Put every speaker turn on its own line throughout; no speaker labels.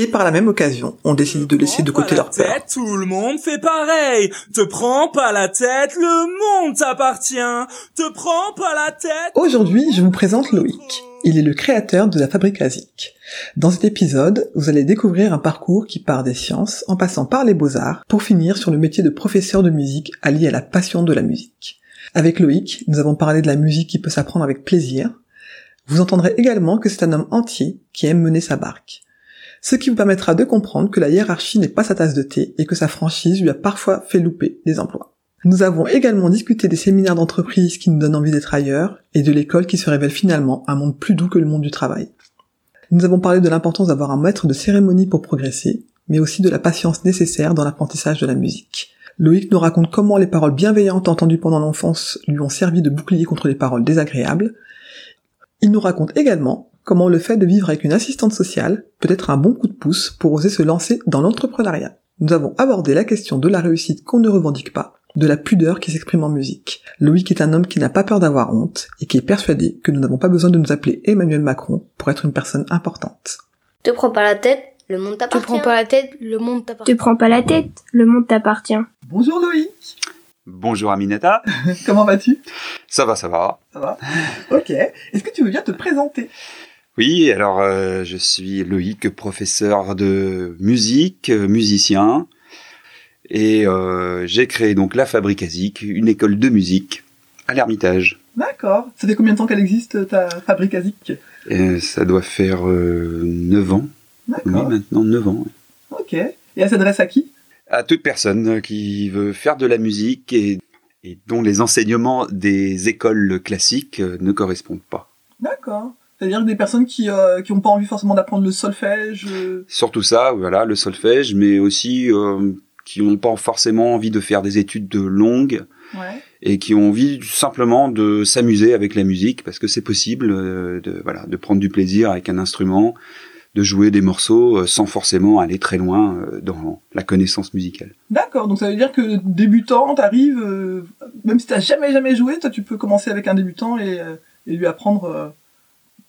Et par la même occasion, on décide de laisser de côté
Prends
leur
pas la
peur.
tête, tout le monde fait pareil. Te prends pas la tête, le monde t'appartient. Te prends pas la tête.
Aujourd'hui, je vous présente Loïc. Il est le créateur de la Fabrique Asique. Dans cet épisode, vous allez découvrir un parcours qui part des sciences en passant par les beaux-arts pour finir sur le métier de professeur de musique allié à la passion de la musique. Avec Loïc, nous avons parlé de la musique qui peut s'apprendre avec plaisir. Vous entendrez également que c'est un homme entier qui aime mener sa barque. Ce qui vous permettra de comprendre que la hiérarchie n'est pas sa tasse de thé et que sa franchise lui a parfois fait louper des emplois. Nous avons également discuté des séminaires d'entreprise qui nous donnent envie d'être ailleurs et de l'école qui se révèle finalement un monde plus doux que le monde du travail. Nous avons parlé de l'importance d'avoir un maître de cérémonie pour progresser, mais aussi de la patience nécessaire dans l'apprentissage de la musique. Loïc nous raconte comment les paroles bienveillantes entendues pendant l'enfance lui ont servi de bouclier contre les paroles désagréables. Il nous raconte également comment le fait de vivre avec une assistante sociale peut être un bon coup de pouce pour oser se lancer dans l'entrepreneuriat. Nous avons abordé la question de la réussite qu'on ne revendique pas, de la pudeur qui s'exprime en musique. Loïc est un homme qui n'a pas peur d'avoir honte et qui est persuadé que nous n'avons pas besoin de nous appeler Emmanuel Macron pour être une personne importante.
Te prends pas la tête, le monde
Te
t'appartient.
prends pas la tête, le monde
Te
t'appartient.
prends pas la tête, le monde t'appartient.
Bonjour Loïc,
Bonjour Aminata,
comment vas-tu
ça va, ça va.
Ça va Ok, est-ce que tu veux bien te présenter
Oui, alors euh, je suis Loïc, professeur de musique, euh, musicien, et euh, j'ai créé donc la Fabrique Asique, une école de musique à l'Ermitage.
D'accord, ça fait combien de temps qu'elle existe ta fabrique ASIC
Et Ça doit faire euh, 9 ans, oui
D'accord,
maintenant 9 ans.
ok. Et elle s'adresse à qui
À toute personne qui veut faire de la musique et, et dont les enseignements des écoles classiques euh, ne correspondent pas.
D'accord. C'est-à-dire des personnes qui euh, qui ont pas envie forcément d'apprendre le solfège. euh,
Surtout ça, voilà, le solfège, mais aussi euh, qui n'ont pas forcément envie de faire des études de longues
Ouais.
et qui ont envie simplement de s'amuser avec la musique parce que c'est possible euh, de voilà de prendre du plaisir avec un instrument de jouer des morceaux euh, sans forcément aller très loin euh, dans la connaissance musicale.
D'accord. Donc ça veut dire que débutant, t'arrives, euh, même si t'as jamais jamais joué, toi tu peux commencer avec un débutant et, euh, et lui apprendre euh,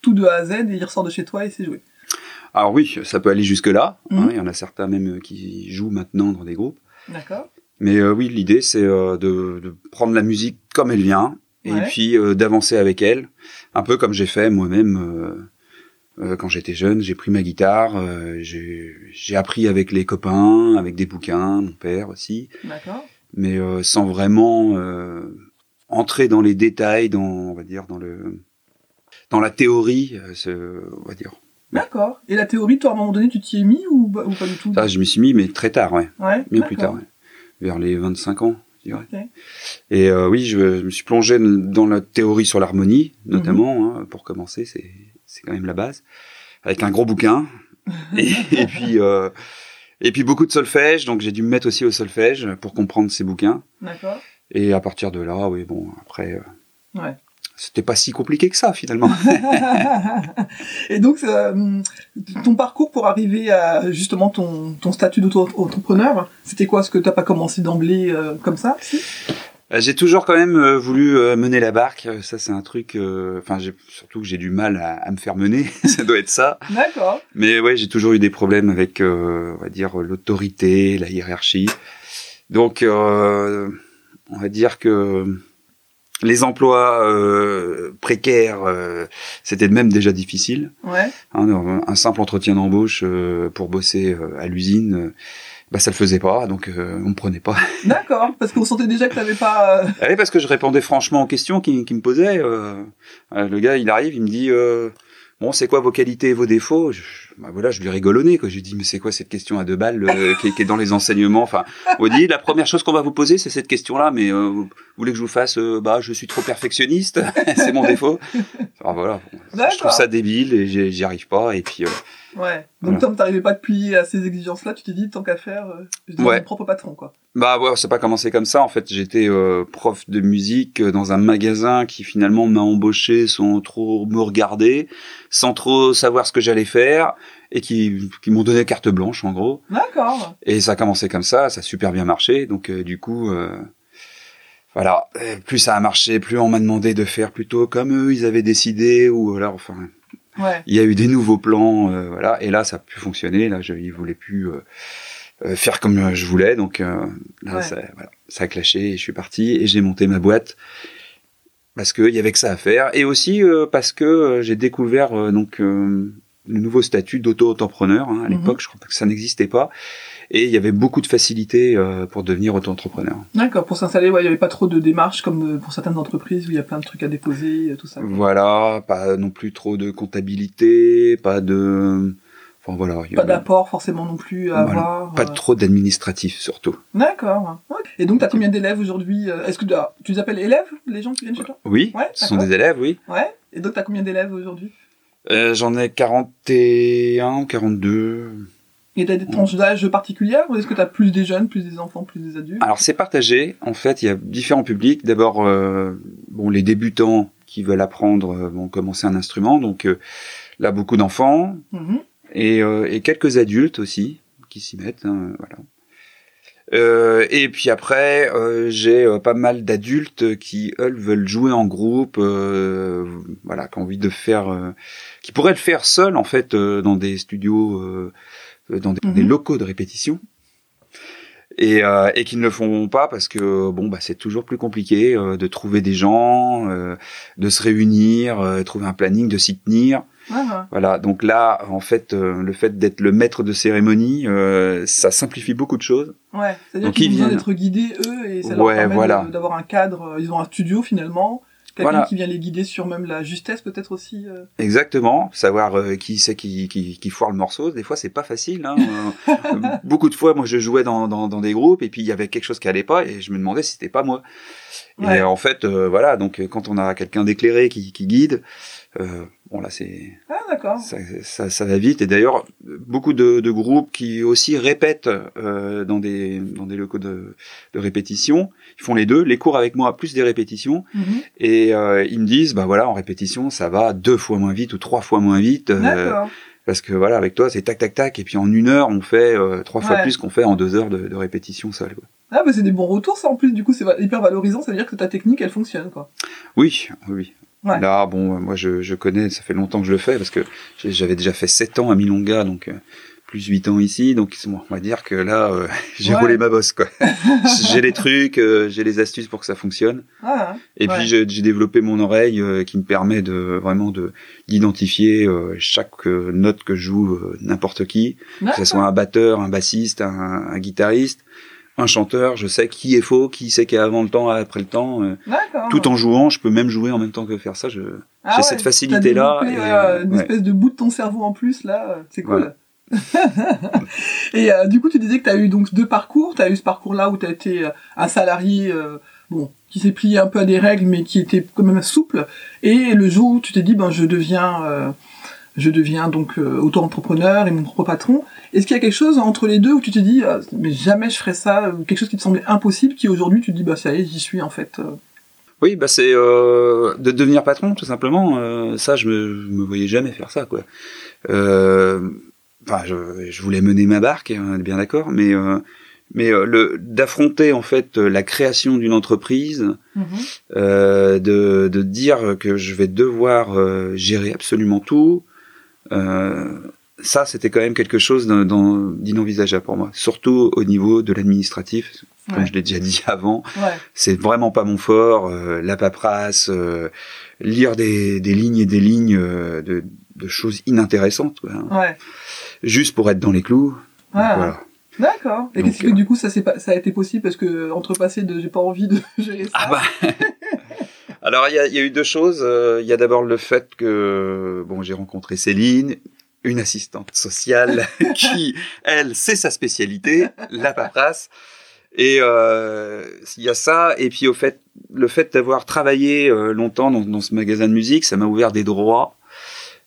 tout de A à Z et il ressort de chez toi et c'est joué.
Alors oui, ça peut aller jusque là. hein, Il
Mhm.
y en a certains même euh, qui jouent maintenant dans des groupes.
D'accord.
Mais euh, oui, l'idée c'est euh, de, de prendre la musique comme elle vient et
Ouais.
puis euh, d'avancer avec elle, un peu comme j'ai fait moi-même. euh, euh, quand j'étais jeune, j'ai pris ma guitare, euh, j'ai j'ai appris avec les copains, avec des bouquins, mon père aussi.
D'accord.
mais euh, sans vraiment euh, entrer dans les détails, dans on va dire dans le dans la théorie, euh, ce- on va dire.
D'accord. Et la théorie, toi à un moment donné, tu t'y es mis ou, pas- ou pas du tout
Ça, je m'y suis mis, mais très tard, ouais,
Ouais.
bien plus tard,
d'accord.
ouais. vers les 25 ans, je dirais.
Ok.
Et euh, oui, je, je me suis plongé dans la théorie sur l'harmonie, notamment, hein, pour commencer, c'est c'est quand même la base, avec un gros bouquin, et, et puis euh, et puis beaucoup de solfège, donc j'ai dû me mettre aussi au solfège pour comprendre ces bouquins.
D'accord.
Et à partir de là, oui, bon, après. euh,
Ouais.
C'était pas si compliqué que ça, finalement.
et donc euh, ton parcours pour arriver à justement ton, ton statut d'auto-entrepreneur, c'était quoi ce que t'as pas commencé d'emblée euh, comme ça si
Euh, j'ai toujours quand même euh, voulu euh, mener la barque. Euh, Ça, c'est un truc. euh, Enfin, j'ai- surtout que j'ai du mal à, à me faire mener. ça doit être ça.
D'accord.
Mais ouais, j'ai toujours eu des problèmes avec, euh, on va dire, l'autorité, la hiérarchie. Donc, euh, on va dire que les emplois euh, précaires, euh, c'était de même déjà difficile.
Ouais.
Hein, un- un simple entretien d'embauche euh, pour bosser euh, à l'usine, euh, bah ça le faisait pas, donc euh, on me prenait pas.
D'accord. Parce qu'on sentait déjà que t'avais pas. euh,
Ouais, parce que je répondais franchement aux questions qui, qui me posaient. euh, euh, le gars, il arrive, il me dit euh, bon, c'est quoi vos qualités et vos défauts je, je- bah voilà, je lui rigolonnais quoi. J'ai dit mais c'est quoi cette question à deux balles euh, qui, est- qui est dans les enseignements Enfin, on dit la première chose qu'on va vous poser, c'est cette question-là, mais euh, vous voulez que je vous fasse euh, Bah, je suis trop perfectionniste, c'est mon défaut. Enfin, voilà, bon, je
D'accord.
trouve ça débile et j'y j'y arrive pas. Et puis euh,
Ouais. Donc,
Voilà.
tant que t'arrivais pas à te plier à ces exigences-là, tu t'es dit, tant qu'à faire, euh, je deviens
Ouais.
mon propre patron, quoi.
Bah ouais, ça n'a pas commencé comme ça. En fait, j'étais euh, prof de musique euh, dans un magasin qui finalement m'a embauché sans trop me regarder, sans trop savoir ce que j'allais faire, et qui, qui m'ont donné carte blanche en gros.
D'accord.
Et ça a commencé comme ça, ça a super bien marché. Donc euh, du coup, euh, voilà, Euh, plus ça a marché, plus on m'a demandé de faire plutôt comme eux, ils avaient décidé, ou alors enfin,
Ouais.
il y a eu des nouveaux plans, euh, voilà, et là ça a pu fonctionner. Là, je, ils voulaient plus euh, euh, faire comme euh, je voulais, donc euh, là,
Ouais.
ça, voilà, ça a clashé. Et je suis parti et j'ai monté ma boîte parce qu'il y avait que ça à faire, et aussi euh, parce que euh, j'ai découvert euh, donc euh, le nouveau statut d'auto-entrepreneur. hein. à
Mhm.
l'époque, je crois que ça n'existait pas, et il y avait beaucoup de facilité euh, pour devenir auto-entrepreneur.
D'accord. Pour s'installer, ouais, il y avait pas trop de démarches comme euh, pour certaines entreprises où il y a plein de trucs à déposer, euh, tout ça.
Voilà, pas non plus trop de comptabilité, pas de, enfin voilà, il y
Pas
avait-
d'apport forcément non plus à
Voilà.
avoir.
pas
euh,
trop d'administratif surtout.
D'accord. Ouais. Et donc, t'as combien d'élèves aujourd'hui euh, Est-ce que ah, tu les appelles élèves, les gens qui viennent chez toi
Oui,
Ouais,
ce sont
d'accord.
des élèves, oui.
Ouais. Et donc, t'as combien d'élèves aujourd'hui
Euh, J'en ai 41 ou 42.
Et t'as des tranches d'âge particulières ou est-ce que t'as plus des jeunes, plus des enfants, plus des adultes
Alors c'est partagé, en fait, il y a différents publics. D'abord, euh, bon, les débutants qui veulent apprendre euh, vont commencer un instrument, donc euh, là, beaucoup d'enfants
Mhm.
et, euh, et quelques adultes aussi qui s'y mettent, hein, voilà. Euh, et puis après, euh, j'ai euh, pas mal d'adultes qui eux veulent jouer en groupe, euh, voilà, qui ont envie de faire, euh, qui pourraient le faire seul en fait euh, dans des studios, euh, dans des,
Mhm.
des locaux de répétition, et, euh, et qui ne le font pas parce que bon bah c'est toujours plus compliqué euh, de trouver des gens, euh, de se réunir, euh, trouver un planning, de s'y tenir.
Ouais, ouais.
Voilà, donc là, en fait, euh, le fait d'être le maître de cérémonie, euh, ça simplifie beaucoup de choses.
Ouais, c'est-à-dire
Donc,
qu'ils ont
ils
besoin
viennent.
d'être guidés, eux, et ça leur
Ouais,
permet
voilà.
de- d'avoir un cadre. euh, Ils ont un studio, finalement, quelqu'un
Voilà.
qui vient les guider sur même la justesse, peut-être aussi. euh.
Exactement, savoir euh, qui c'est qui, qui, qui foire le morceau, des fois c'est pas facile. Hein. Euh, beaucoup de fois, moi je jouais dans, dans, dans des groupes et puis il y avait quelque chose qui allait pas et je me demandais si c'était pas moi. Et
Ouais.
euh, en fait, euh, voilà, donc euh, quand on a quelqu'un d'éclairé qui, qui guide, euh, bon là c'est
Ah, d'accord.
ça, ça, ça va vite. Et d'ailleurs, beaucoup de, de groupes qui aussi répètent euh, dans, des, dans des locaux de, de répétition, ils font les deux, les cours avec moi, plus des répétitions.
Mhm.
Et euh, ils me disent, bah voilà, en répétition, ça va deux fois moins vite ou trois fois moins vite. euh,
D'accord.
parce que voilà, avec toi, c'est tac, tac, tac. Et puis en une heure, on fait euh, trois fois
Ouais.
plus qu'on fait en deux heures de, de répétition seul. quoi.
Ah, bah, c'est des bons retours, ça, en plus. Du coup, c'est va- hyper valorisant, ça veut dire que ta technique, elle fonctionne, quoi.
Oui, oui. oui.
Ouais.
Là, bon, euh, moi, je, je connais, ça fait longtemps que je le fais parce que j'ai- j'avais déjà fait 7 ans à Milonga, donc euh, plus 8 ans ici. Donc, c'est bon, on va dire que là, euh, j'ai
Ouais.
roulé ma bosse, quoi. j'ai les trucs, euh, j'ai les astuces pour que ça fonctionne.
Ah, hein.
Et
Ouais.
puis, j'ai j'ai développé mon oreille euh, qui me permet de vraiment de d'identifier euh, chaque euh, note que joue euh, n'importe qui, que ce
D'accord.
soit un batteur, un bassiste, un, un guitariste, un chanteur. Je sais qui est faux, qui c'est qui est avant le temps, après le temps. euh,
D'accord.
tout en jouant, je peux même jouer en même temps que faire ça. Je...
Ah
j'ai
ouais,
cette
t'as
facilité-là,
développé,
et,
euh,
euh,
une
ouais.
espèce de bout de ton cerveau en plus, là, euh, c'est cool.
Voilà.
et euh, du coup, tu disais que tu as eu donc deux parcours. Tu as eu ce parcours-là où tu as été euh, un salarié euh, bon, qui s'est plié un peu à des règles, mais qui était quand même souple. Et le jour où tu t'es dit, ben, je deviens... euh, je deviens donc euh, auto-entrepreneur et mon propre patron. Est-ce qu'il y a quelque chose entre les deux où tu t'es dit, euh, mais jamais je ferais ça, ou quelque chose qui te semblait impossible, qui aujourd'hui tu te dis, bah ça y est, j'y suis en fait. euh.
Oui, bah c'est euh, de devenir patron tout simplement. Euh, ça, je me, je me voyais jamais faire ça, quoi. Euh, Enfin, je, je voulais mener ma barque, hein, bien d'accord, mais euh, mais euh, le d'affronter en fait euh, la création d'une entreprise, euh, de de dire que je vais devoir euh, gérer absolument tout. Euh, ça, c'était quand même quelque chose d'un- d'un- d'inenvisageable pour moi, surtout au niveau de l'administratif, comme
Ouais.
je l'ai déjà dit avant.
Ouais.
c'est vraiment pas mon fort. euh, la paperasse, euh, lire des, des lignes et des lignes euh, de, de choses inintéressantes, quoi, hein.
Ouais.
juste pour être dans les clous. Donc,
Ah.
voilà.
D'accord. Et
Donc, euh,
qu'est-ce qui fait que du coup ça s'est pas, ça a été possible parce que euh, entre passer de j'ai pas envie de gérer ça.
Ah bah. Alors il y a, il y a eu deux choses. Euh, Il y a d'abord le fait que bon, j'ai rencontré Céline, une assistante sociale qui, elle, c'est sa spécialité, la paperasse. Et euh, il y a ça, et puis au fait, le fait d'avoir travaillé euh, longtemps dans, dans ce magasin de musique, ça m'a ouvert des droits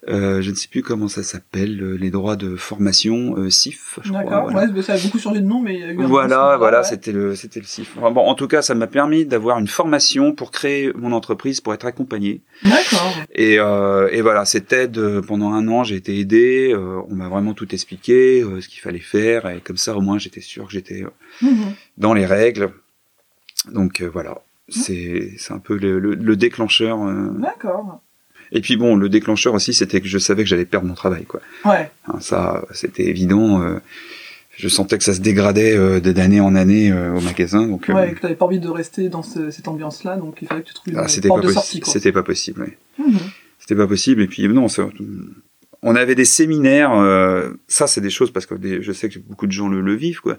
Euh, je ne sais plus comment ça s'appelle, euh, les droits de formation, euh, CIF, je crois.
D'accord,
voilà.
ouais, ça a beaucoup changé de nom, mais il y a eu un
Voilà,
remplacement,
voilà,
ouais.
c'était le, c'était le CIF. Enfin, bon, en tout cas, ça m'a permis d'avoir une formation pour créer mon entreprise, pour être accompagné.
D'accord.
Et, euh, et voilà, cette aide euh, pendant un an, j'ai été aidé. euh, on m'a vraiment tout expliqué, euh, ce qu'il fallait faire, et comme ça, au moins, j'étais sûr que j'étais euh,
Mhm.
dans les règles. Donc euh, voilà,
Mmh.
c'est, c'est un peu le, le- le déclencheur. euh.
D'accord.
Et puis bon, le déclencheur aussi, c'était que je savais que j'allais perdre mon travail, quoi.
Ouais.
Hein, ça, c'était évident. euh, je sentais que ça se dégradait euh, de- d'année en année euh, au magasin. Donc, euh,
Ouais, que t'avais pas envie de rester dans ce- cette ambiance-là, donc il fallait que tu trouves une
ah, c'était, pas
porte de
possi-
sortie. Quoi.
c'était pas possible. ouais.
Mhm.
C'était pas possible. Et puis non, ça- on avait des séminaires. euh, ça, c'est des choses parce que des- je sais que beaucoup de gens le, le vivent, quoi.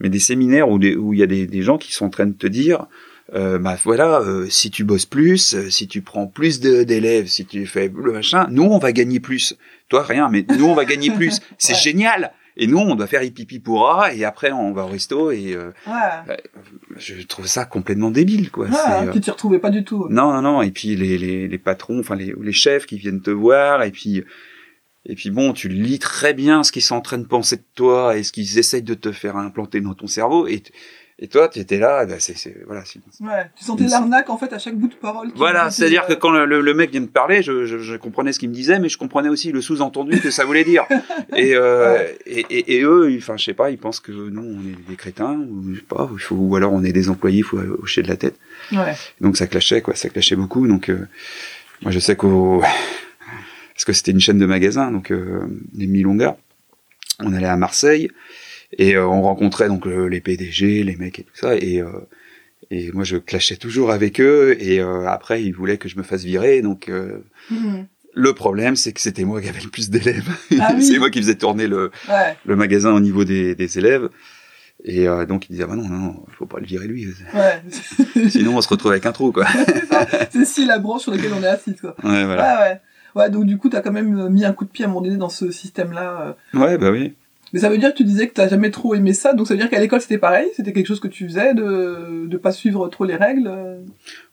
Mais des séminaires où des- où il y a des, des gens qui sont en train de te dire. euh, bah voilà, euh, si tu bosses plus, euh, si tu prends plus de- d'élèves, si tu fais le machin, nous on va gagner plus. Toi rien, mais nous on va gagner plus. C'est
Ouais.
génial. Et nous on doit faire hippie pourra et après on va au resto et euh,
Ouais.
je trouve ça complètement débile quoi.
Ouais,
C'est, euh,
tu t'y retrouvais pas du tout.
non, non, non. Et puis les, les, les patrons, enfin les, les chefs qui viennent te voir, et puis et puis bon, tu lis très bien ce qu'ils sont en train de penser de toi et ce qu'ils essayent de te faire implanter dans ton cerveau. Et t- et toi, tu étais là, eh ben, c'est c'est- voilà. c'est-
Ouais. Tu sentais l'arnaque en fait à chaque bout de parole. qui
Voilà,
était,
c'est-à-dire que
euh,
quand le, le- le mec vient de parler, je, je, je comprenais ce qu'il me disait, mais je comprenais aussi le sous-entendu que ça voulait dire. Et, euh, et, et, et eux, ils- enfin, je sais pas, ils pensent que nous, on est des crétins, ou je sais pas, ou il faut, ou alors on est des employés, il faut euh, hocher de la tête.
Ouais.
Donc ça clashait, quoi, ça clashait beaucoup. Donc euh, moi je sais qu'au parce que c'était une chaîne de magasins, donc euh, les Milonga, on allait à Marseille et euh, on rencontrait donc le- les PDG, les mecs et tout ça. Et euh, et moi je clashais toujours avec eux. Et euh, après ils voulaient que je me fasse virer, donc euh,
Mhm.
le problème c'est que c'était moi qui avais le plus d'élèves.
Ah oui.
c'est moi qui faisais tourner le
Ouais.
le magasin au niveau des, des élèves. Et euh, donc ils disaient bah non non, non, faut pas le virer lui,
Ouais.
sinon on se retrouve avec un trou quoi.
c'est ça. C'est si la branche sur laquelle on est assis quoi.
Ouais voilà.
Ouais, ouais. Ouais, donc du coup, t'as quand même euh, mis un coup de pied à mon donné dans ce système-là. euh.
Ouais bah oui.
Mais ça veut dire que tu disais que t'as jamais trop aimé ça, donc ça veut dire qu'à l'école c'était pareil, c'était quelque chose que tu faisais, de de pas suivre trop les règles. euh.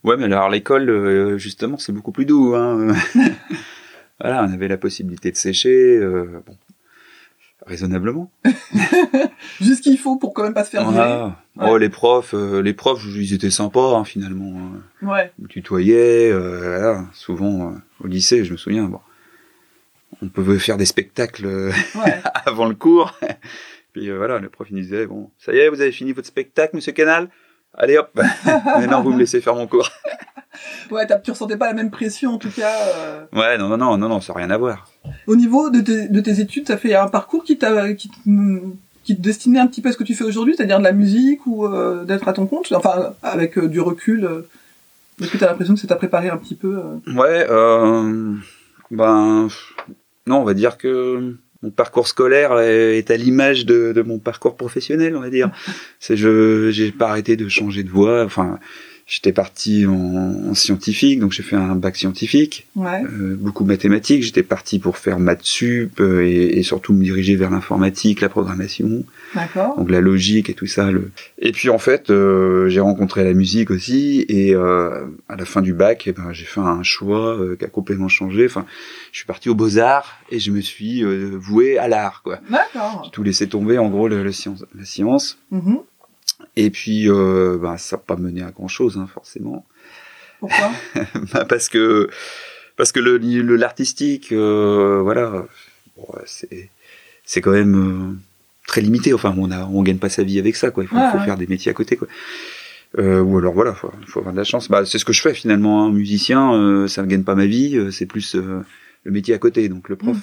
Ouais, mais alors l'école, euh, justement, c'est beaucoup plus doux. Hein. voilà, on avait la possibilité de sécher, euh, bon, raisonnablement.
Juste ce qu'il faut pour quand même pas se faire virer.
Voilà. Oh, les profs, euh, les profs, ils étaient sympas hein, finalement. hein.
Ouais.
Ils me tutoyaient, euh, voilà. souvent euh, au lycée, je me souviens. Bon, on pouvait faire des spectacles euh,
Ouais.
avant le cours. Puis euh, voilà, le prof il nous disait bon, ça y est, vous avez fini votre spectacle, Monsieur Canal. Allez hop, maintenant vous me laissez faire mon cours.
Ouais, t'as- tu ressentais pas la même pression en tout cas. euh.
Ouais, non, non, non, non, non, ça n'a rien à voir.
Au niveau de tes, de tes études, ça fait un parcours qui t'a qui, te- qui te destinait un petit peu à ce que tu fais aujourd'hui, c'est-à-dire de la musique ou euh, d'être à ton compte, enfin avec euh, du recul. euh, Est-ce que t'as l'impression que ça t'a préparé un petit peu euh
Ouais, euh, ben, pff, non, on va dire que mon parcours scolaire est est à l'image de, de mon parcours professionnel, on va dire. C'est je, j'ai pas arrêté de changer de voie. Enfin, j'étais parti en, en scientifique, donc j'ai fait un bac scientifique,
Ouais.
euh, beaucoup de mathématiques. J'étais parti pour faire maths sup euh, et, et surtout me diriger vers l'informatique, la programmation,
D'accord.
donc la logique et tout ça. Le... Et puis en fait, euh, j'ai rencontré la musique aussi, et euh, à la fin du bac, eh ben, j'ai fait un choix euh, qui a complètement changé. Enfin, je suis parti aux beaux arts et je me suis euh, voué à l'art, quoi.
D'accord.
J'ai tout laissé tomber, en gros, le, le science, la science.
Mhm.
Et puis, euh, ben, ça n'a pas mené à grand chose, hein, forcément,
Pourquoi
Bah, parce que parce que le le- l'artistique, euh, voilà, bon, c'est c'est quand même euh, très limité. Enfin, on a, on gagne pas sa vie avec ça, quoi. Il faut,
Ouais,
faut
ouais.
faire des métiers à côté, quoi. Euh, ou alors voilà, faut, faut avoir de la chance. Bah, c'est ce que je fais finalement, hein. musicien, euh, ça ne gagne pas ma vie. euh, c'est plus euh, le métier à côté, donc le prof.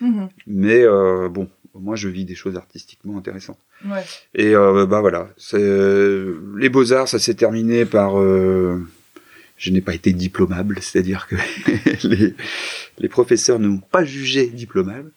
Mhm.
Mais euh, bon, moi, je vis des choses artistiquement intéressantes.
Ouais.
Et euh, bah voilà, c'est euh, les beaux arts, ça s'est terminé par. euh, je n'ai pas été diplômable, c'est-à-dire que les, les professeurs ne m'ont pas jugé diplômable.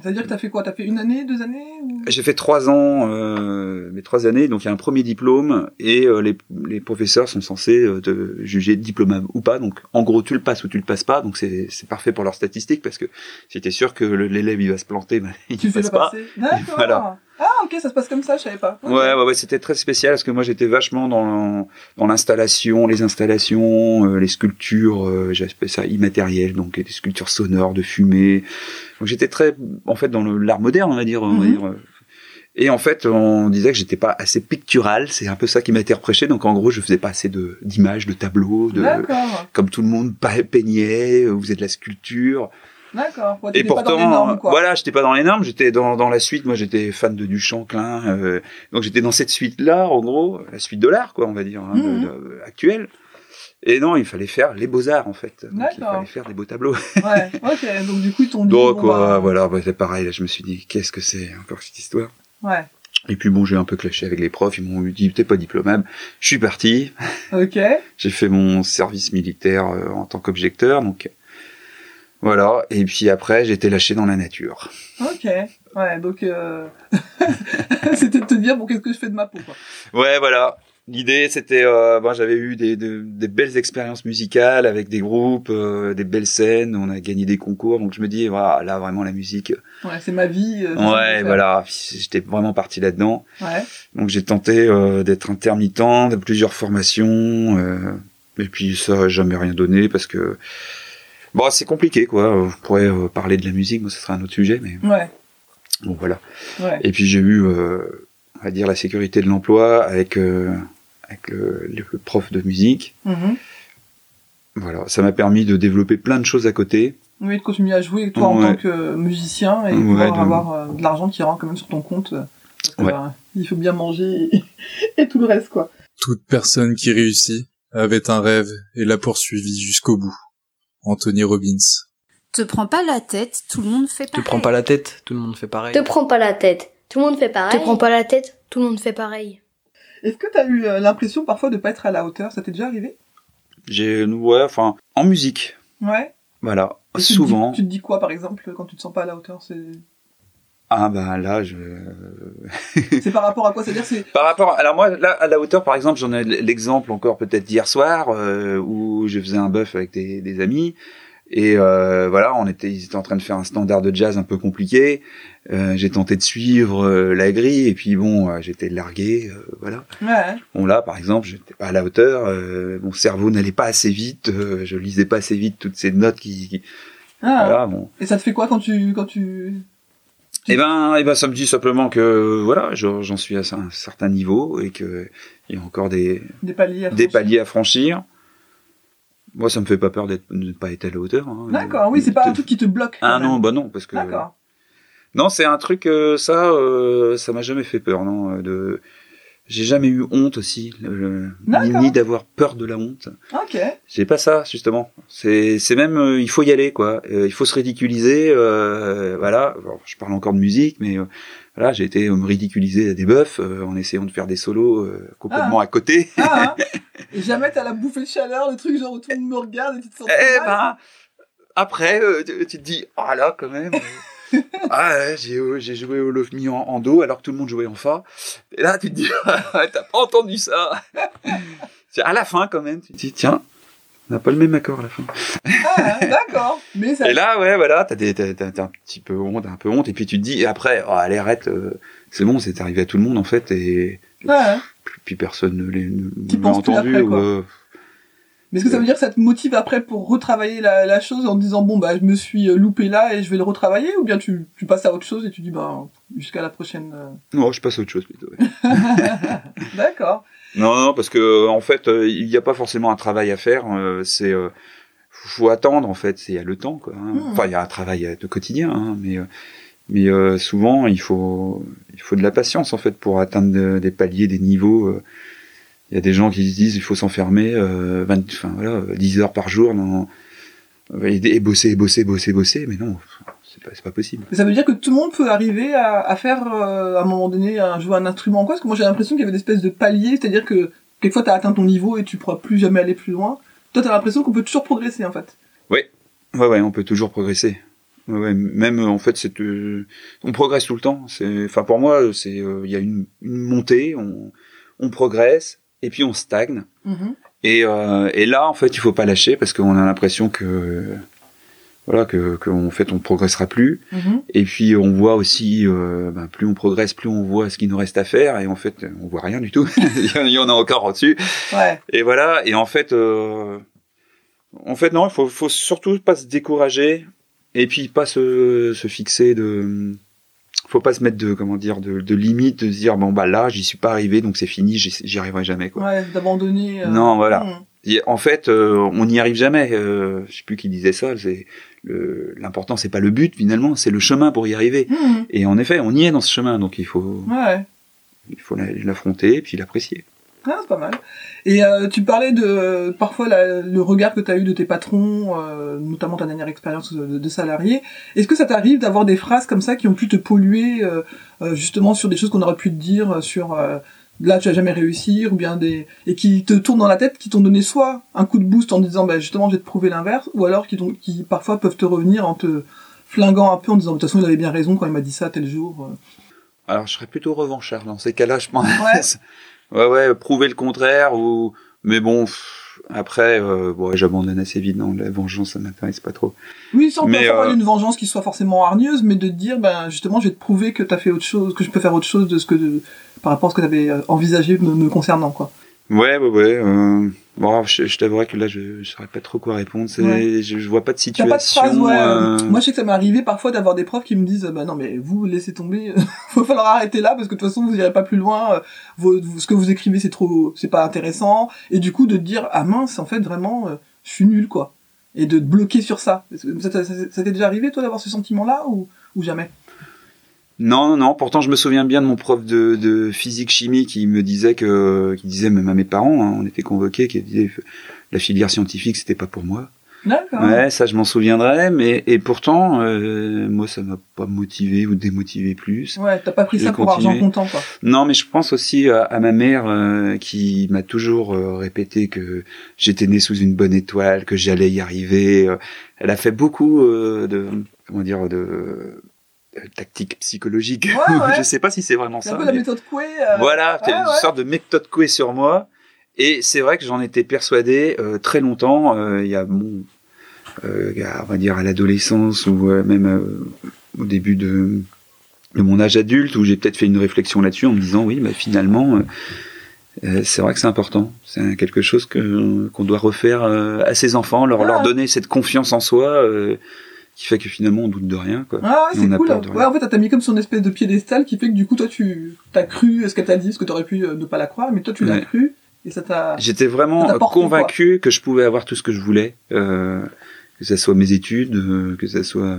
C'est-à-dire que t'as fait quoi T'as fait une année, deux années ou...
J'ai fait trois ans, euh, mes trois années, donc il y a un premier diplôme et euh, les, les professeurs sont censés euh, te juger diplômable ou pas. Donc en gros, tu le passes ou tu le passes pas. Donc c'est c'est parfait pour leurs statistiques parce que si t'es sûr que le- l'élève il va se planter, ben, il
Tu
ne
fais
passe
le
pas.
passé D'accord.
Voilà.
Ah, ok, ça se passe comme ça, je savais pas.
Ouais, ouais, ouais, c'était très spécial parce que moi j'étais vachement dans dans l'installation, les installations, euh, les sculptures, euh, j'appelle ça immatériel, donc euh, des sculptures sonores, de fumée. Donc j'étais très, en fait, dans le- l'art moderne, on va dire. on va
Mhm.
dire. euh. Et en fait, on disait que j'étais pas assez pictural. C'est un peu ça qui m'a été reproché. Donc en gros, je faisais pas assez de d'images, de tableaux, de
D'accord,
comme tout le monde pa- peignait, euh, vous êtes la sculpture.
d'accord. Ouais,
Et
t'étais pas
pourtant,
dans les normes,
euh,
quoi.
voilà, j'étais pas dans les normes, j'étais dans, dans la suite. Moi, j'étais fan de Duchamp, Klein, euh, donc j'étais dans cette suite-là, en gros, la suite de l'art, quoi, on va dire, hein, de-
Mhm.
de- actuelle. Et non, il fallait faire les beaux arts, en fait. Donc, il
D'accord.
fallait faire des beaux tableaux.
Ouais, ok, donc du coup, ton
Donc,
bon, bah,
ouais, voilà, bah, c'est pareil. Là, je me suis dit, qu'est-ce que c'est encore cette histoire
Ouais,
Et puis bon, j'ai un peu clashé avec les profs. Ils m'ont dit, t'es pas diplômable. Je suis parti.
ok.
J'ai fait mon service militaire euh, en tant qu'objecteur, donc voilà. Et puis après, j'ai été lâché dans la nature.
Ok, ouais, donc euh... c'était de te dire, bon, qu'est-ce que je fais de ma peau, quoi.
Ouais, voilà. L'idée, c'était, euh, bon, j'avais eu des, de- des belles expériences musicales avec des groupes, euh, des belles scènes. On a gagné des concours, donc je me dis, voilà, là vraiment la musique. euh,
Ouais, c'est ma vie. euh, c'est ce que je
ouais,
fais.
voilà. J'étais vraiment parti là-dedans.
Ouais,
Donc j'ai tenté euh, d'être intermittent de plusieurs formations, euh, et puis ça n'a jamais rien donné parce que bon c'est compliqué quoi. Vous pourrez euh, parler de la musique, moi ce sera un autre sujet, mais
ouais,
bon voilà.
ouais.
Et puis j'ai eu, euh, on va dire la sécurité de l'emploi avec euh, avec le, le prof de musique.
Mhm.
Voilà, ça m'a permis de développer plein de choses à côté.
Oui, de continuer à jouer, toi, en
Ouais.
tant que euh, musicien, et
Ouais,
pouvoir
de-
avoir euh, de l'argent qui rentre quand même sur ton compte. euh, parce que,
Ouais.
bah, il faut bien manger et... et tout le reste, quoi.
Toute personne qui réussit avait un rêve et l'a poursuivi jusqu'au bout. Anthony Robbins.
Te prends pas la tête, tout le monde fait
Te
pareil.
prends pas la tête, tout le monde fait pareil.
Te prends pas la tête. Tout le monde fait pareil.
Te prends
pas la tête. Tout le monde fait pareil.
Est-ce que t'as eu euh, l'impression parfois de pas être à la hauteur Ça t'est déjà arrivé
J'ai ouais, enfin en musique,
Ouais.
voilà,
Et tu te dis-
souvent.
tu te dis quoi, par exemple, quand tu te sens pas à la hauteur C'est
Ah ben là je
c'est par rapport à quoi C'est-à-dire, c'est
Par rapport, alors moi, là, à la hauteur, par exemple, j'en ai l'exemple encore peut-être d'hier soir euh, où je faisais un bœuf avec des, des amis et euh, voilà, on était, ils étaient en train de faire un standard de jazz un peu compliqué. Euh, j'ai tenté de suivre euh, la grille et puis bon, euh, j'étais largué, euh, voilà.
ouais, hein.
Bon là, par exemple, j'étais pas à la hauteur, euh, mon cerveau n'allait pas assez vite, euh, je lisais pas assez vite toutes ces notes qui, qui-
Ah.
voilà, bon.
Et ça te fait quoi quand tu quand tu
Eh ben, eh ben, ça me dit simplement que voilà, je- j'en suis à un certain niveau et que il y a encore des
des paliers à
des
franchir
paliers à franchir. Moi, ça me fait pas peur d'être- de ne pas être à la hauteur. hein.
D'accord, oui, c'est pas un truc qui te bloque. quand
Ah
même.
non, bah non, parce que
D'accord.
non, c'est un truc euh, ça, euh, ça m'a jamais fait peur, non. euh, De, j'ai jamais eu honte aussi, le- le- ni,
D'accord.
ni d'avoir peur de la honte.
Ok.
J'ai pas ça justement. C'est, c'est même, euh, il faut y aller quoi. Euh, il faut se ridiculiser, euh, voilà. Bon, je parle encore de musique, mais euh, voilà, j'ai été euh, me ridiculiser à des bœufs euh, en essayant de faire des solos euh, complètement à côté.
Ah, hein. Et jamais t'as la bouffée de chaleur, le truc genre où tout le monde me regarde et tu te sens.
Eh
mal.
ben, après, euh, tu tu te dis, ah là, quand même. euh, ah ouais, j'ai euh, j'ai joué au Lofni en, en do alors que tout le monde jouait en fa. Et là, tu te dis, Ah, t'as pas entendu ça. C'est à la fin, quand même, tu te dis, tiens, on n'a pas le même accord à la fin.
Ah, hein, d'accord. Mais ça.
Et là, ouais, voilà, t'as des- t'as- t'as- t'as un petit peu honte, un peu honte, et puis tu te dis, et après, oh, allez, arrête, euh, c'est bon, c'est arrivé à tout le monde, en fait, et
Ouais, hein.
puis- puis personne ne l'est- ne-
T'y
ne l'a
penses plus
entendu.
après, quoi.
ou, euh,
Mais est-ce que ça veut dire que ça te motive après pour retravailler la, la chose en te disant bon bah je me suis euh, loupé là et je vais le retravailler ou bien tu, tu passes à autre chose et tu dis bah jusqu'à la prochaine. euh.
Non, je passe à autre chose, plutôt. ouais.
D'accord.
Non, non, parce que euh, en fait, euh, il n'y a pas forcément un travail à faire. euh, c'est euh, faut attendre en fait. C'est il y a le temps quoi. hein.
Mhm.
Enfin, il y a un travail euh, de quotidien, hein, mais euh, mais euh, souvent il faut il faut de la patience en fait pour atteindre de- des paliers, des niveaux. euh. Il y a des gens qui se disent il faut s'enfermer, euh, 20 enfin voilà, euh, 10 heures par jour dans et, et bosser, bosser, bosser, bosser. Mais non, c'est pas c'est pas possible.
Mais ça veut dire que tout le monde peut arriver à, à faire euh, à un moment donné un, jouer un instrument quoi parce que moi j'ai l'impression qu'il y avait des espèces de paliers c'est-à-dire que quelquefois t'as atteint ton niveau et tu pourras plus jamais aller plus loin. Toi t'as l'impression qu'on peut toujours progresser en fait.
Ouais, ouais, on peut toujours progresser. Ouais, ouais, même euh, en fait, c'est euh, on progresse tout le temps. C'est, enfin pour moi, c'est euh, il y a une, une montée, on, on progresse et puis on stagne.
Mhm.
Et, euh, et là, en fait, il faut pas lâcher parce qu'on a l'impression que voilà que qu'on fait on progressera plus
Mhm.
et puis on voit aussi euh, ben, plus on progresse plus on voit ce qu'il nous reste à faire et en fait on voit rien du tout il y en a encore au dessus
Ouais.
et voilà et en fait euh, en fait non il faut faut surtout pas se décourager et puis pas se se fixer de faut pas se mettre de comment dire de, de limites de se dire bon bah là j'y suis pas arrivé donc c'est fini j'y j'y arriverai jamais quoi
Ouais, d'abandonner. euh,
non voilà
hmm.
et en fait, euh, on n'y arrive jamais. Euh, je sais plus qui disait ça. C'est le- l'important, c'est pas le but finalement, c'est le chemin pour y arriver.
Hmm.
Et en effet, on y est dans ce chemin, donc il faut,
Ouais.
il faut la- l'affronter et puis l'apprécier.
Ah, c'est pas mal. Et euh, tu parlais de euh, parfois la- le regard que tu as eu de tes patrons, euh, notamment ta dernière expérience de, de salarié. Est-ce que ça t'arrive d'avoir des phrases comme ça qui ont pu te polluer euh, euh, justement sur des choses qu'on aurait pu te dire euh, sur euh, là tu vas jamais réussir ou bien des et qui te tournent dans la tête, qui t'ont donné soit un coup de boost en disant bah justement je vais te prouver l'inverse, ou alors qui, t'ont- qui parfois peuvent te revenir en te flinguant un peu en disant de toute façon il avait bien raison quand il m'a dit ça tel jour. euh.
Alors, je serais plutôt revanchard dans ces cas-là, je pense.
Ouais.
ouais, ouais, prouver le contraire ou. Mais bon, pff, après, euh, bon, ouais, j'abandonne assez vite. Non, la vengeance, ça m'intéresse pas trop.
Oui, sans
Mais,
pas
euh,
une vengeance qui soit forcément hargneuse, mais de te dire, ben, justement, je vais te prouver que t'as fait autre chose, que je peux faire autre chose de ce que, de- par rapport à ce que t'avais euh, envisagé me, me concernant, quoi.
Ouais, ouais, ouais. euh, Bon, je, je t'avouerai que là, je, je saurais pas trop quoi répondre. c'est-
Ouais.
Je, je vois pas de
T'as
situation.
pas de phrase, ouais. euh,
euh,
Moi, je sais que ça m'est arrivé parfois d'avoir des profs qui me disent, bah non, mais vous, laissez tomber, faut falloir arrêter là, parce que de toute façon, vous irez pas plus loin, euh, vos- vous- ce que vous écrivez, c'est trop, c'est pas intéressant, et du coup, de te dire, ah mince, en fait, vraiment, euh, je suis nul, quoi. Et de te bloquer sur ça. Ça, t'a- ça- ça t'est déjà arrivé, toi, d'avoir ce sentiment-là, ou, ou jamais?
Non, non, non. Pourtant, je me souviens bien de mon prof de, de physique chimie qui me disait que, qui disait même à mes parents, hein, on était convoqués, qui disait la filière scientifique, c'était pas pour moi.
D'accord.
Ouais, ça, je m'en souviendrai. Mais et pourtant, euh, moi, ça m'a pas motivé ou démotivé plus.
Ouais, t'as pas pris
J'ai
ça pour
continué.
argent comptant, quoi.
Non, mais je pense aussi à, à ma mère euh, qui m'a toujours euh, répété que j'étais né sous une bonne étoile, que j'allais y arriver. euh. elle a fait beaucoup euh, de comment dire de, de tactiques psychologiques.
Ouais, ouais.
je sais pas si c'est vraiment
C'est un
ça.
peu la
mais-
méthode Coué. euh,
Voilà, t'as
ouais,
une
ouais.
sorte de méthode couée sur moi. Et c'est vrai que j'en étais persuadé euh, très longtemps. euh, Il y a, bon, euh, à- on va dire à l'adolescence ou euh, même euh, au début de, de mon âge adulte, où j'ai peut-être fait une réflexion là-dessus en me disant oui, bah, finalement, euh, euh, c'est vrai que c'est important. C'est quelque chose que qu'on doit refaire euh, à ses enfants, leur,
Ouais.
leur donner cette confiance en soi euh, qui fait que finalement on doute de rien. Quoi.
Ah,
Et
ouais, c'est
on a
cool.
peur de rien.
Ouais, en fait, t'as mis comme son espèce de piédestal qui fait que du coup, toi, tu t'as cru ce qu'elle t'a dit, parce que t'aurais pu euh, ne pas la croire, mais toi, tu l'as
Ouais.
cru et ça t'a.
J'étais vraiment
Ça
euh,
t'a porté,
convaincu que je pouvais avoir tout ce que je voulais, euh, que ça soit mes études, euh, que ça soit.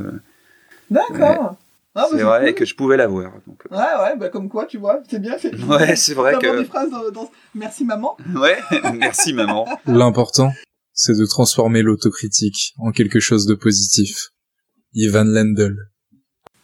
D'accord. Ah, bah,
c'est vrai
cool.
que je pouvais l'avoir. donc,
Ouais, ouais, bah comme quoi, tu vois, c'est bien. C'est
euh, Ouais, c'est vrai
d'avoir
que.
des phrases dans, dans- Merci maman.
Ouais, merci maman.
L'important, c'est de transformer l'autocritique en quelque chose de positif. Ivan Lendl.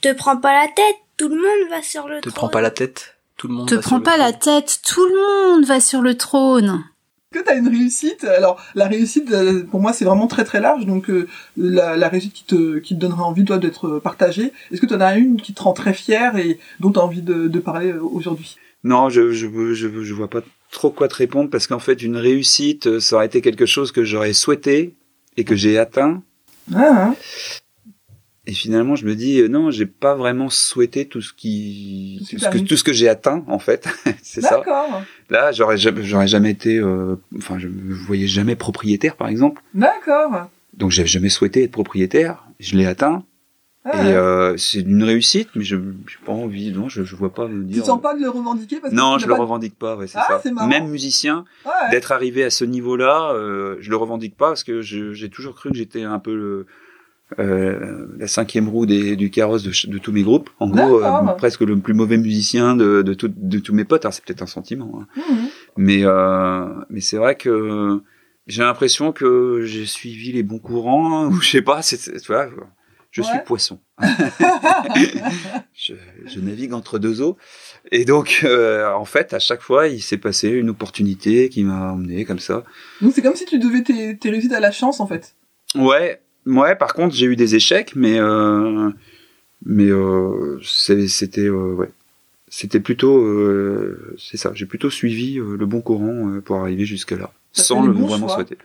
Te prends pas la tête, tout le monde va sur le
Te
trône.
prends pas la tête, tout le monde
Te
va sur
prends
le
pas la
trône.
tête, tout le monde va sur le trône.
Que t'as une réussite. Alors, la réussite, euh, pour moi, c'est vraiment très très large. Donc, euh, la, la réussite qui te, qui te donnera envie, toi, d'être euh, partagée. Est-ce que t'en as une qui te rend très fière et dont t'as envie de, de parler euh, aujourd'hui
Non, je, je, je, je vois pas trop quoi te répondre parce qu'en fait, une réussite, euh, ça aurait été quelque chose que j'aurais souhaité et que j'ai atteint.
ah, hein.
Et finalement, je me dis, euh, non, j'ai pas vraiment souhaité tout ce qui.
Tout ce qui
Tout ce que,
t'arrive.
tout ce que j'ai atteint, en fait. c'est ça.
D'accord.
Là, j'aurais jamais, j'aurais jamais été, euh, enfin, je me voyais jamais propriétaire, par exemple.
D'accord.
Donc, j'avais jamais souhaité être propriétaire. Je l'ai atteint.
Ah,
Et euh, c'est une réussite, mais je j'ai pas envie, non, je, je vois pas me
Tu
dire. euh,
sens pas de le revendiquer parce que
non,
tu
je le
l'as
revendique pas, ouais, c'est
Ah,
ça.
c'est marrant.
Même musicien,
pas- Ouais.
d'être arrivé à ce niveau-là, euh, je le revendique pas parce que je- j'ai toujours cru que j'étais un peu le, euh, la cinquième roue des, du carrosse de, ch- de tous mes groupes. En gros,
D'accord.
euh, presque le plus mauvais musicien de, de, tout- de tous mes potes. Alors, c'est peut-être un sentiment. hein.
Mhm.
Mais, euh, mais c'est vrai que j'ai l'impression que j'ai suivi les bons courants, hein, ou je sais pas, c'est, c'est- tu vois, je suis
Ouais.
poisson. je, je navigue entre deux eaux. Et donc, euh, en fait, à chaque fois, il s'est passé une opportunité qui m'a emmené comme ça.
Donc c'est comme si tu devais tes, tes réussites à la chance en fait.
Ouais, ouais, par contre, j'ai eu des échecs, mais, euh, mais euh, c'est- c'était, euh, ouais. C'était plutôt, euh, c'est ça, j'ai plutôt suivi euh, le bon courant euh, pour arriver jusque-là,
T'as
sans
fait les
le
bons
vraiment
choix.
souhaiter.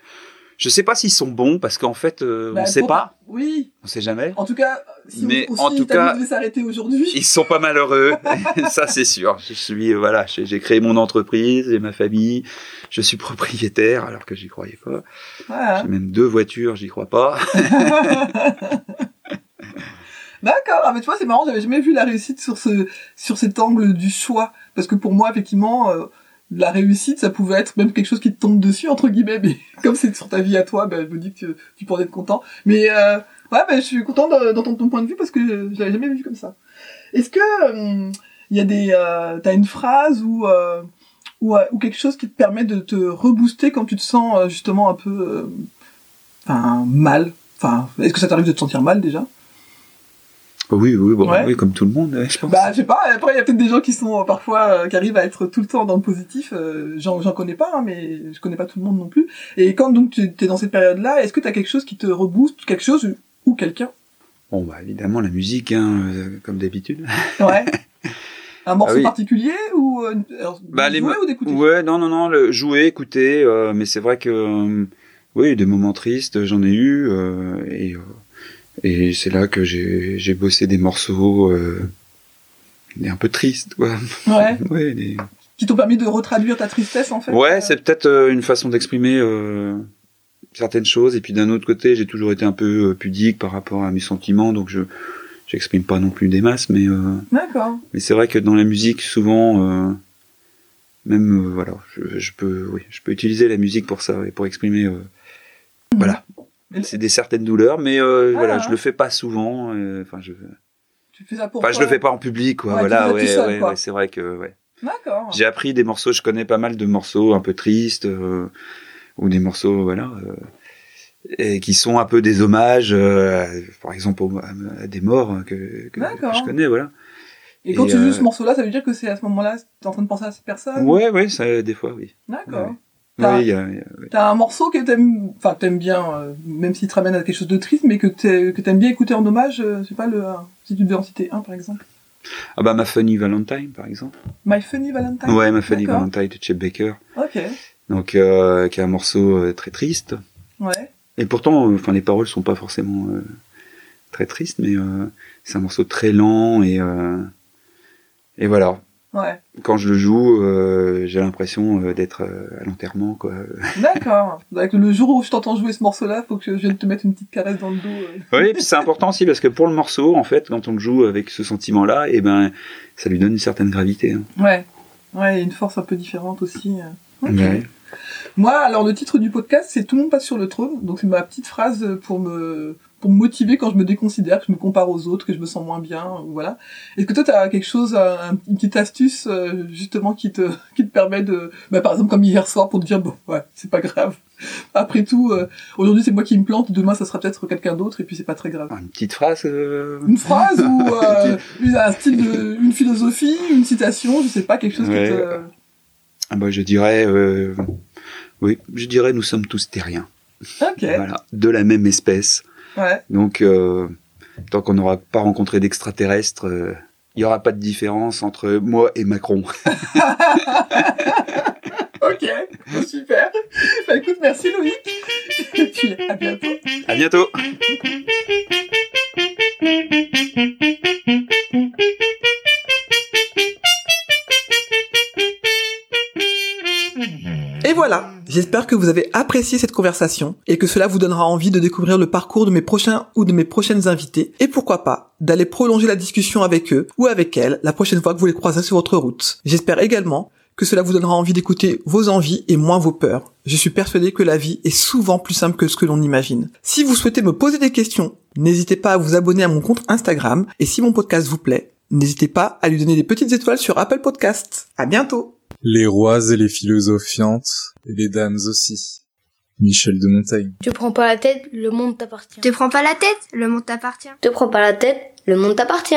Je sais pas s'ils sont bons parce qu'en fait, euh, on
Bah,
sait
pour-
pas,
Oui,
on sait jamais.
en tout cas, si
Mais
vous,
en
si
tout
Tabu
cas-
devait s'arrêter aujourd'hui,
Ils sont pas malheureux, ça c'est sûr. Je suis euh, voilà, j'ai j'ai créé mon entreprise, j'ai ma famille, je suis propriétaire alors que j'y croyais pas.
voilà.
J'ai même deux voitures, j'y crois pas.
D'accord, ah, mais tu vois, c'est marrant, j'avais jamais vu la réussite sur ce sur cet angle du choix. Parce que pour moi, effectivement, euh, la réussite, ça pouvait être même quelque chose qui te tombe dessus, entre guillemets, mais comme c'est sur ta vie à toi, ben, je me dis que tu, tu pourrais être content. Mais euh, ouais, ben, je suis content de- d'entendre ton point de vue parce que je, je l'avais jamais vu comme ça. Est-ce que euh, il y a des. Euh, T'as une phrase ou, euh, ou, euh, ou quelque chose qui te permet de te rebooster quand tu te sens euh, justement un peu. euh, Enfin, mal. Enfin, est-ce que ça t'arrive de te sentir mal déjà
Oui, oui, bon,
Ouais.
oui, comme tout le monde, ouais, je pense.
Bah, je sais pas, après, il y a peut-être des gens qui sont euh, parfois, euh, qui arrivent à être tout le temps dans le positif. euh, J'en j'en connais pas, hein, mais je connais pas tout le monde non plus. Et quand donc tu es dans cette période-là, est-ce que t'as quelque chose qui te rebooste, quelque chose ou- ou quelqu'un
Bon, bah, évidemment, la musique, hein, euh, comme d'habitude.
Ouais. Un morceau
Ah oui.
particulier ou euh, alors,
Bah,
de
les
jouer
mo-
ou d'écouter
Ouais, non, non, non, le, jouer, écouter, euh, mais c'est vrai que, euh, oui, des moments tristes, j'en ai eu, euh, et, euh, et c'est là que j'ai j'ai bossé des morceaux euh, des un peu tristes, quoi.
Ouais.
ouais, des-
Qui t'ont permis de retraduire ta tristesse en fait
Ouais,
euh,
c'est peut-être euh, une façon d'exprimer euh, certaines choses. Et puis d'un autre côté, j'ai toujours été un peu euh, pudique par rapport à mes sentiments, donc je j'exprime pas non plus des masses. Mais euh,
D'accord.
mais c'est vrai que dans la musique, souvent, euh, même euh, voilà, je, je peux oui, je peux utiliser la musique pour ça et pour exprimer.
Mhm.
euh, voilà, c'est des certaines douleurs, mais euh,
Ah.
voilà, je le fais pas souvent. euh, Enfin, je,
Tu fais ça pour.
enfin, Bah, je
toi.
le fais pas en public, quoi.
Ouais, tu
voilà,
le fais tout
ouais,
seul,
ouais,
quoi. Ah.
ouais, c'est vrai que ouais.
D'accord.
J'ai appris des morceaux, je connais pas mal de morceaux un peu tristes, euh, ou des morceaux, voilà, euh, et qui sont un peu des hommages, euh, par exemple, au- à, à des morts que, que- que
D'accord.
je connais, voilà.
Et quand
et,
tu joues
euh,
ce morceau-là, ça veut dire que c'est à ce moment-là, t'es en train de penser à cette personne
Ouais, ouais, ça, des fois, oui.
D'accord.
ouais.
Ah T'as-
Oui, il y a- il y a- ouais.
T'as un morceau que t'aimes, enfin que t'aimes bien, euh, même s'il te ramène à quelque chose de triste, mais que t'aimes, que t'aimes bien écouter en hommage, euh, je sais pas, le, euh, si tu devais en citer un par exemple.
Ah bah, Ma Funny Valentine, par exemple.
My Funny Valentine
ouais, Ma Funny
Ah, d'accord.
Valentine de Chet Baker,
Ok,
donc, euh, qui est un morceau euh, très triste.
ouais.
Et pourtant, euh, enfin, les paroles sont pas forcément euh, très tristes, mais euh, c'est un morceau très lent et euh, et voilà.
Ouais,
Quand je le joue, euh, j'ai l'impression euh, d'être euh, à l'enterrement, quoi.
d'accord. Donc, le jour où je t'entends jouer ce morceau-là, faut que je vienne te mettre une petite caresse dans le dos. euh.
oui, et puis c'est important aussi parce que pour le morceau, en fait, quand on le joue avec ce sentiment-là, et ben, ça lui donne une certaine gravité. hein.
Ouais, ouais, et une force un peu différente aussi. euh. Ok.
Ouais.
Moi, alors le titre du podcast, c'est Tout le monde passe sur le trône. Donc c'est ma petite phrase pour me pour me motiver quand je me déconsidère, que je me compare aux autres, que je me sens moins bien, ou voilà. Est-ce que toi, t'as quelque chose, un- une petite astuce euh, justement qui te qui te permet de, bah, par exemple comme hier soir pour te dire bon, ouais, c'est pas grave. Après tout, euh, aujourd'hui c'est moi qui me plante, demain ça sera peut-être quelqu'un d'autre et puis c'est pas très grave.
Ah, Une petite phrase. euh,
Une phrase ou euh, une- un style, de, une philosophie, une citation, je sais pas, quelque chose
Ouais.
qui te
Ah bah, je dirais, euh, oui, je dirais, nous sommes tous terriens.
Ok,
Voilà, de la même espèce.
ouais,
Donc, euh, tant qu'on n'aura pas rencontré d'extraterrestres, euh, il n'y aura pas de différence entre moi et Macron.
ok, super. Bah écoute, merci Loïc. Et puis à bientôt.
À bientôt
Et voilà, j'espère que vous avez apprécié cette conversation et que cela vous donnera envie de découvrir le parcours de mes prochains ou de mes prochaines invités et pourquoi pas d'aller prolonger la discussion avec eux ou avec elles la prochaine fois que vous les croiserez sur votre route. J'espère également que cela vous donnera envie d'écouter vos envies et moins vos peurs. Je suis persuadé que la vie est souvent plus simple que ce que l'on imagine. Si vous souhaitez me poser des questions, n'hésitez pas à vous abonner à mon compte Instagram et si mon podcast vous plaît, n'hésitez pas à lui donner des petites étoiles sur Apple Podcasts. À bientôt!
Les rois et les philosophiantes, et les dames aussi. Michel de Montaigne.
Te prends pas la tête, le monde t'appartient.
Te prends pas la tête, le monde t'appartient.
Te prends pas la tête, le monde t'appartient.